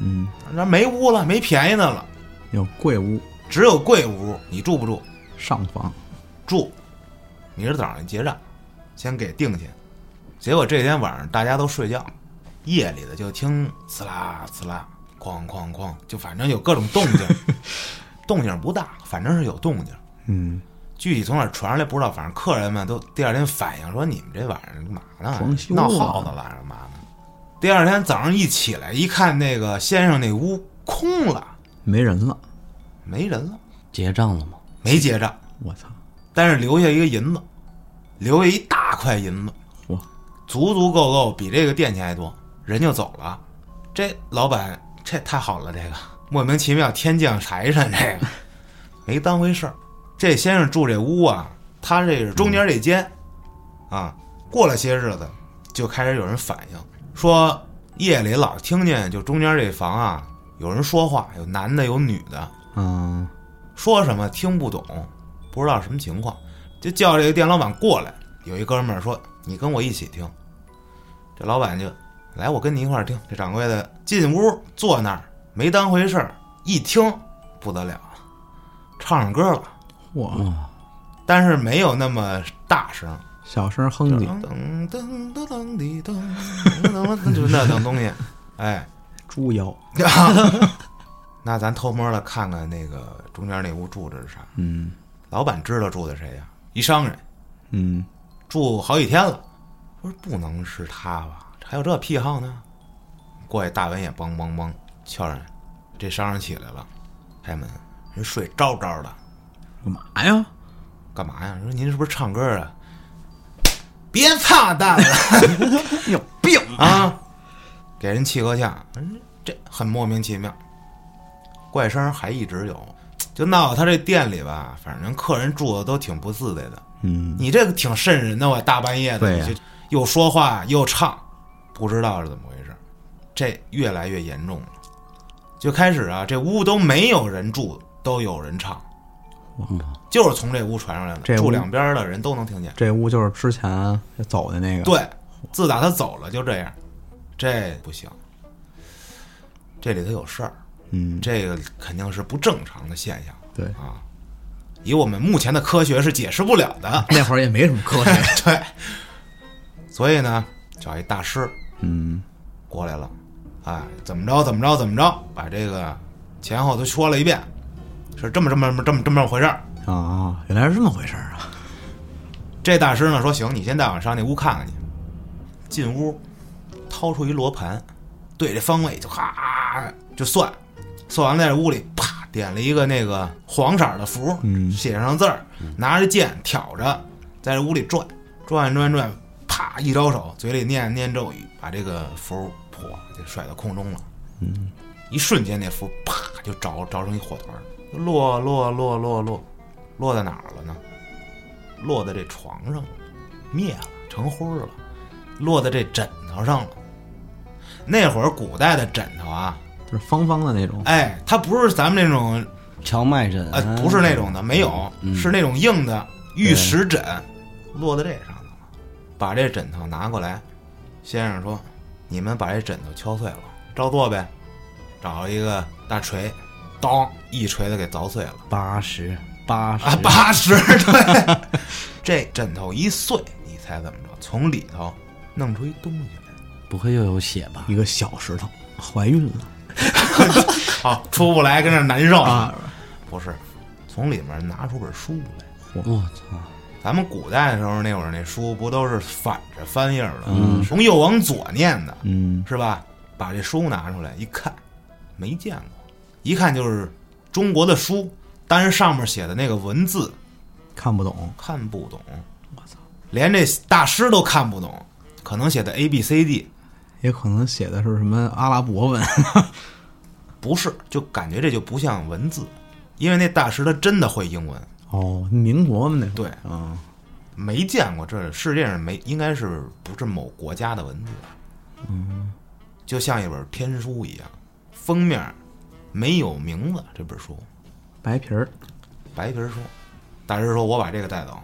Speaker 1: 嗯，
Speaker 2: 那没屋了，没便宜的了，
Speaker 1: 有贵屋
Speaker 2: 只有贵屋。你住不住？
Speaker 1: 上房，
Speaker 2: 住。明儿早上结账，先给定去。结果这天晚上大家都睡觉，夜里的就听呲啦呲啦，哐哐哐，就反正有各种动 静，动静不大，反正是有动静。
Speaker 1: 嗯，
Speaker 2: 具体从哪儿传上来不知道，反正客人们都第二天反映说你们这晚上干嘛
Speaker 1: 装
Speaker 2: 呢？
Speaker 1: 修啊
Speaker 2: 闹耗子了还是干嘛呢？第二天早上一起来一看，那个先生那屋空了，
Speaker 1: 没人了，
Speaker 2: 没人了，
Speaker 3: 结账了吗？
Speaker 2: 没结账，
Speaker 1: 我操，
Speaker 2: 但是留下一个银子，留下一大块银子，
Speaker 1: 嚯，
Speaker 2: 足足够够比这个店钱还多，人就走了。这老板这太好了，这个莫名其妙天降财神，这个没当回事儿。这先生住这屋啊，他这是中间这间、啊，过了些日子就开始有人反映说，夜里老听见就中间这房啊有人说话，有男的有女的，
Speaker 1: 嗯
Speaker 2: 说什么听不懂，不知道什么情况，就叫这个店老板过来。有一哥们儿说：“你跟我一起听。”这老板就来，我跟你一块儿听。这掌柜的进屋坐那儿没当回事儿，一听不得了，唱上歌了，
Speaker 1: 嚯，
Speaker 2: 但是没有那么大声，
Speaker 1: 小声哼唧，
Speaker 2: 噔噔噔噔噔滴噔 噔噔，就那等东西，哎，
Speaker 1: 猪腰，
Speaker 2: 那咱偷摸的看看那个中间那屋住着是啥？
Speaker 4: 嗯
Speaker 2: 老板知道住的谁呀、一商人，
Speaker 4: 嗯
Speaker 2: 住好几天了。我说不能是他吧？还有这癖好呢？过去大文也梆梆梆敲人，这商人起来了，开门，人睡着着的，
Speaker 4: 干嘛呀？
Speaker 2: 干嘛呀？说您是不是唱歌啊？别操蛋了
Speaker 4: 有病！
Speaker 2: 啊！给人气够呛，嗯，这很莫名其妙。怪声还一直有，就闹他这店里吧，反正客人住的都挺不自在的。
Speaker 4: 嗯，
Speaker 2: 你这个挺瘆人的，我大半夜的，
Speaker 4: 对
Speaker 2: 你
Speaker 4: 呀
Speaker 2: 就又说话又唱，不知道是怎么回事，这越来越严重了。就开始啊，这屋都没有人住，都有人唱，就是从这屋传上来
Speaker 1: 这
Speaker 2: 的，
Speaker 1: 屋
Speaker 2: 住两边的人都能听见。
Speaker 1: 这屋就是之前走的那个，，
Speaker 2: 对，自打他走了就这样，这不行，这里头有事儿，
Speaker 4: 嗯，
Speaker 2: 这个肯定是不正常的现象，
Speaker 4: 对
Speaker 2: 啊，以我们目前的科学是解释不了的
Speaker 1: 那会儿也没什么科学，
Speaker 2: 对，所以呢，找一大师
Speaker 4: 嗯
Speaker 2: 过来了，哎，怎么着怎么着怎么着，把这个前后都说了一遍，是这么这么这么这么这么回事儿。
Speaker 1: 啊，原来是这么回事儿啊！
Speaker 2: 这大师呢说行，你先带我上那屋看看去。进屋，掏出一罗盘，对着方位就咔就算，算完了在这屋里啪点了一个那个黄色儿的符，
Speaker 4: 嗯
Speaker 2: 写上字儿，拿着剑挑着在这屋里转转转转，啪一招手，嘴里念念咒语，把这个符破就甩到空中了。嗯，一瞬间那符啪就着着成一火团儿，落落落落落，落在哪儿了呢？落在这床上了，灭了，成灰儿了，落在这枕头上了。那会儿古代的枕头啊，
Speaker 1: 就是方方的那种，
Speaker 2: 哎，它不是咱们那种
Speaker 3: 荞麦枕
Speaker 2: 呃，不是那种的，没有，是那种硬的玉石枕，落在这上头了。把这枕头拿过来，先生说：“你们把这枕头敲碎了，照做呗。”找一个大锤，当一锤子给凿碎了
Speaker 3: 八十八十
Speaker 2: 啊，八十对。 这枕头一碎，你猜怎么着？从里头弄出一东西来，
Speaker 3: 不会又有血吧？
Speaker 1: 一个小石头，怀孕了
Speaker 2: 好出不来，跟那儿难受
Speaker 1: 啊！
Speaker 2: 不是，从里面拿出本书来。
Speaker 3: 我操！
Speaker 2: 咱们古代的时候，那会儿那书不都是反着翻页儿的，从右往左念的，
Speaker 4: 嗯
Speaker 2: 是吧？把这书拿出来一看，没见过，一看就是中国的书，但是上面写的那个文字
Speaker 1: 看不懂，
Speaker 2: 看不懂，我操，连这大师都看不懂，可能写的 A B C D
Speaker 1: 也可能写的是什么阿拉伯文，
Speaker 2: 不是，就感觉这就不像文字，因为那大师他真的会英文，
Speaker 1: 哦，民国嘛那
Speaker 2: 对，
Speaker 1: 啊，
Speaker 2: 没见过，这世界上没应该是不是某国家的文字？嗯，就像一本天书一样，封面没有名字，这本书
Speaker 1: 白皮儿，
Speaker 2: 白皮儿书。大师说：“我把这个带走，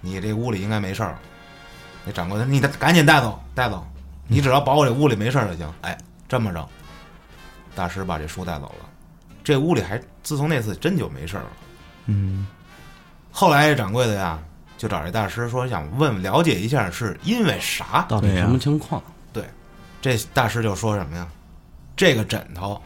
Speaker 2: 你这屋里应该没事儿了。”那掌柜的说：“你赶紧带走，带走，你只要保我这屋里没事儿就行。”哎，这么着，大师把这书带走了。这屋里还自从那次真就没事儿了。
Speaker 1: 嗯，
Speaker 2: 后来这掌柜的呀，就找这大师说想问了解一下是因为啥。
Speaker 3: 到底
Speaker 1: 对呀
Speaker 3: 什么情况？
Speaker 2: 对，这大师就说什么呀？这个枕头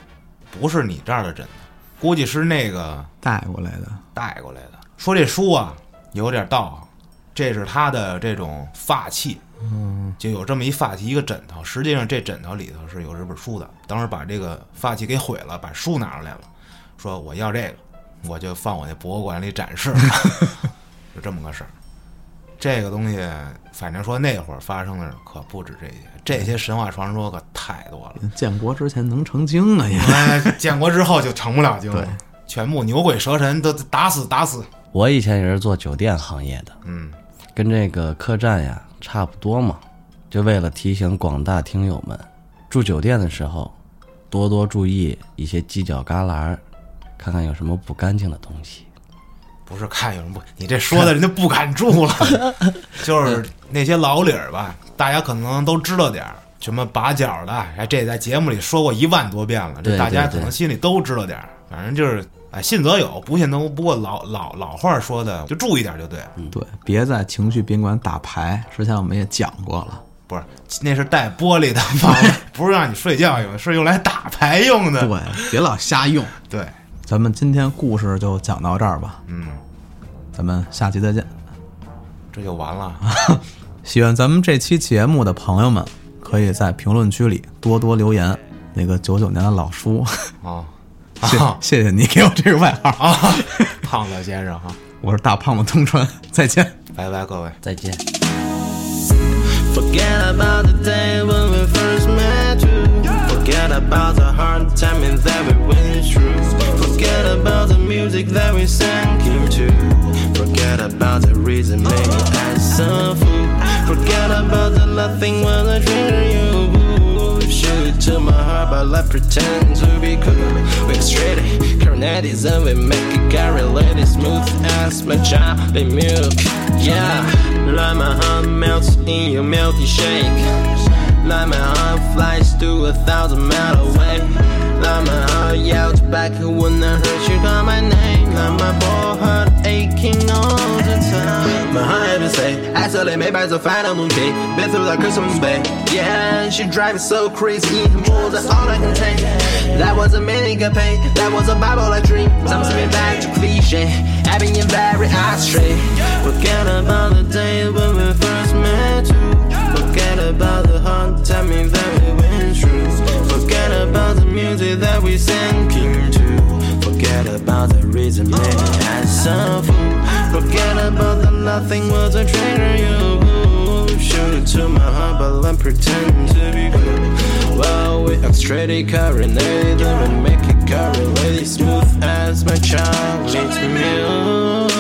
Speaker 2: 不是你这儿的枕头，估计是那个
Speaker 1: 带过来的，
Speaker 2: 带过来的。说这书啊有点道行，这是他的这种法器，嗯，就有这么一法器一个枕头。实际上这枕头里头是有这本书的。当时把这个法器给毁了，把书拿出来了，说我要这个，我就放我那博物馆里展示，就这么个事儿。这个东西，反正说那会儿发生的可不止这些，这些神话传说可太多 了。
Speaker 1: 建国之前能成精啊也，
Speaker 2: 哎，建国之后就成不了精了
Speaker 1: 对，
Speaker 2: 全部牛鬼蛇神都打死打死。
Speaker 3: 我以前也是做酒店行业的，
Speaker 2: 嗯，
Speaker 3: 跟这个客栈呀差不多嘛。就为了提醒广大听友们，住酒店的时候多多注意一些犄角旮旯儿，看看有什么不干净的东西。
Speaker 2: 不是看有人不，你这说的人家不敢住 了，就是那些老理儿吧，大家可能都知道点儿，什么把角的，哎，这在节目里说过一万多遍了，这
Speaker 3: 对
Speaker 2: 大家
Speaker 3: 对
Speaker 2: 可
Speaker 3: 对
Speaker 2: 能心里都知道点儿，反正就是哎，信则有，不信则无。不过老老老话
Speaker 3: 嗯
Speaker 2: 说的，就注意点儿就对了。
Speaker 1: 对，别在情绪宾馆打牌，之前我们也讲过了，
Speaker 2: 不是，那是带玻璃的 房子，不是让你睡觉用的，是用来打牌用的。
Speaker 4: 对，别老瞎用。
Speaker 2: 对，
Speaker 1: 咱们今天故事就讲到这儿吧，
Speaker 2: 嗯，
Speaker 1: 咱们下期再见。
Speaker 2: 这就完了。
Speaker 3: 啊
Speaker 1: 喜欢咱们这期节目的朋友们，可以在评论区里多多留言。那个九九年的老叔，
Speaker 2: 啊
Speaker 1: 谢
Speaker 2: 啊
Speaker 1: 谢谢你给我这个外号，
Speaker 2: 啊！胖子先生哈， 啊
Speaker 1: 我是大胖子东川，再见。
Speaker 2: 拜拜各位。
Speaker 3: 再见。
Speaker 5: Forget about the day when we first met you. Forget about the hard timing that we went through. Forget about the music that we sang here to. Forget about the reason made me act so fool. Forget about the nothing when I treated you. Shoot to my heart, but let's pretend to be cool. We straight carneties and we make it carry ladies smooth as my job, they milk. Yeah, let my heart melt in your milky shake. Let my heart flies to a thousand mile away. Let my heart yells back when I heard you call my name. Let my poor heart aching all the time. My heart is say, actually made by the final moon key. Been through the Christmas bay. Yeah, she drives so crazy. More than all I can take. That was a mini campaign. That was a Bible I dream. Some spin back to cliche. I've been in very astray. Forget about the day when we first met you. Forget about the hard timing that we went through. Forget about the music that we sang to. Forget about the reason man I suffer. Forget about the nothing was a traitor you Shoot it to my heart but let pretend to be cool Well we are straight carinated and make it correlate Smooth as my child leads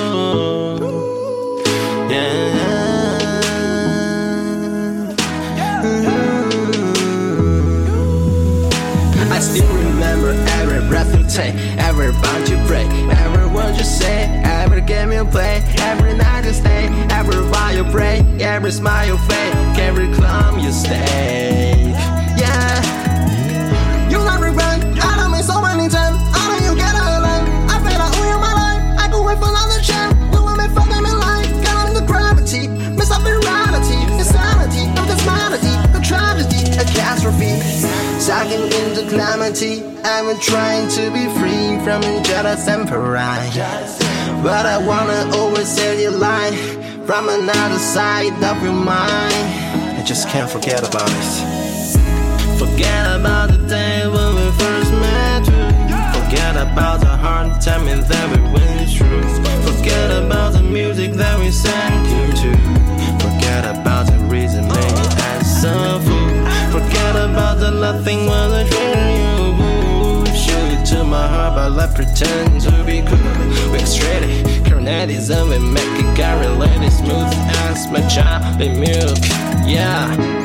Speaker 5: me Yeah I still remember every breath you take, every bond you break, every word you say, every game you play, every night you stay, every while you pray, every smile you fake, every climb you stay. Yeah, you not regret. I done made so many times. I done you get a line. I feel like all my life. I could wait for another chance. We will make fucking in life. Got on the gravity, mess up in reality, insanity, of this malady, the tragedy, a catastrophe. Sucking into calamity. I've been trying to be free from jealous and pride. But I wanna always say you lie from another side of your mind. I just can't forget about it. Forget about the day when we first met you. Forget about the hard timing that we went through. Forget about the music that we sang to. Forget about the reason made us so fool. Forget about the nothing was a dream you Shoot it to my heart, but let's pretend to be cool. We straight Kubernetes and we make it carry ladies smooth as my child, they milk. Yeah.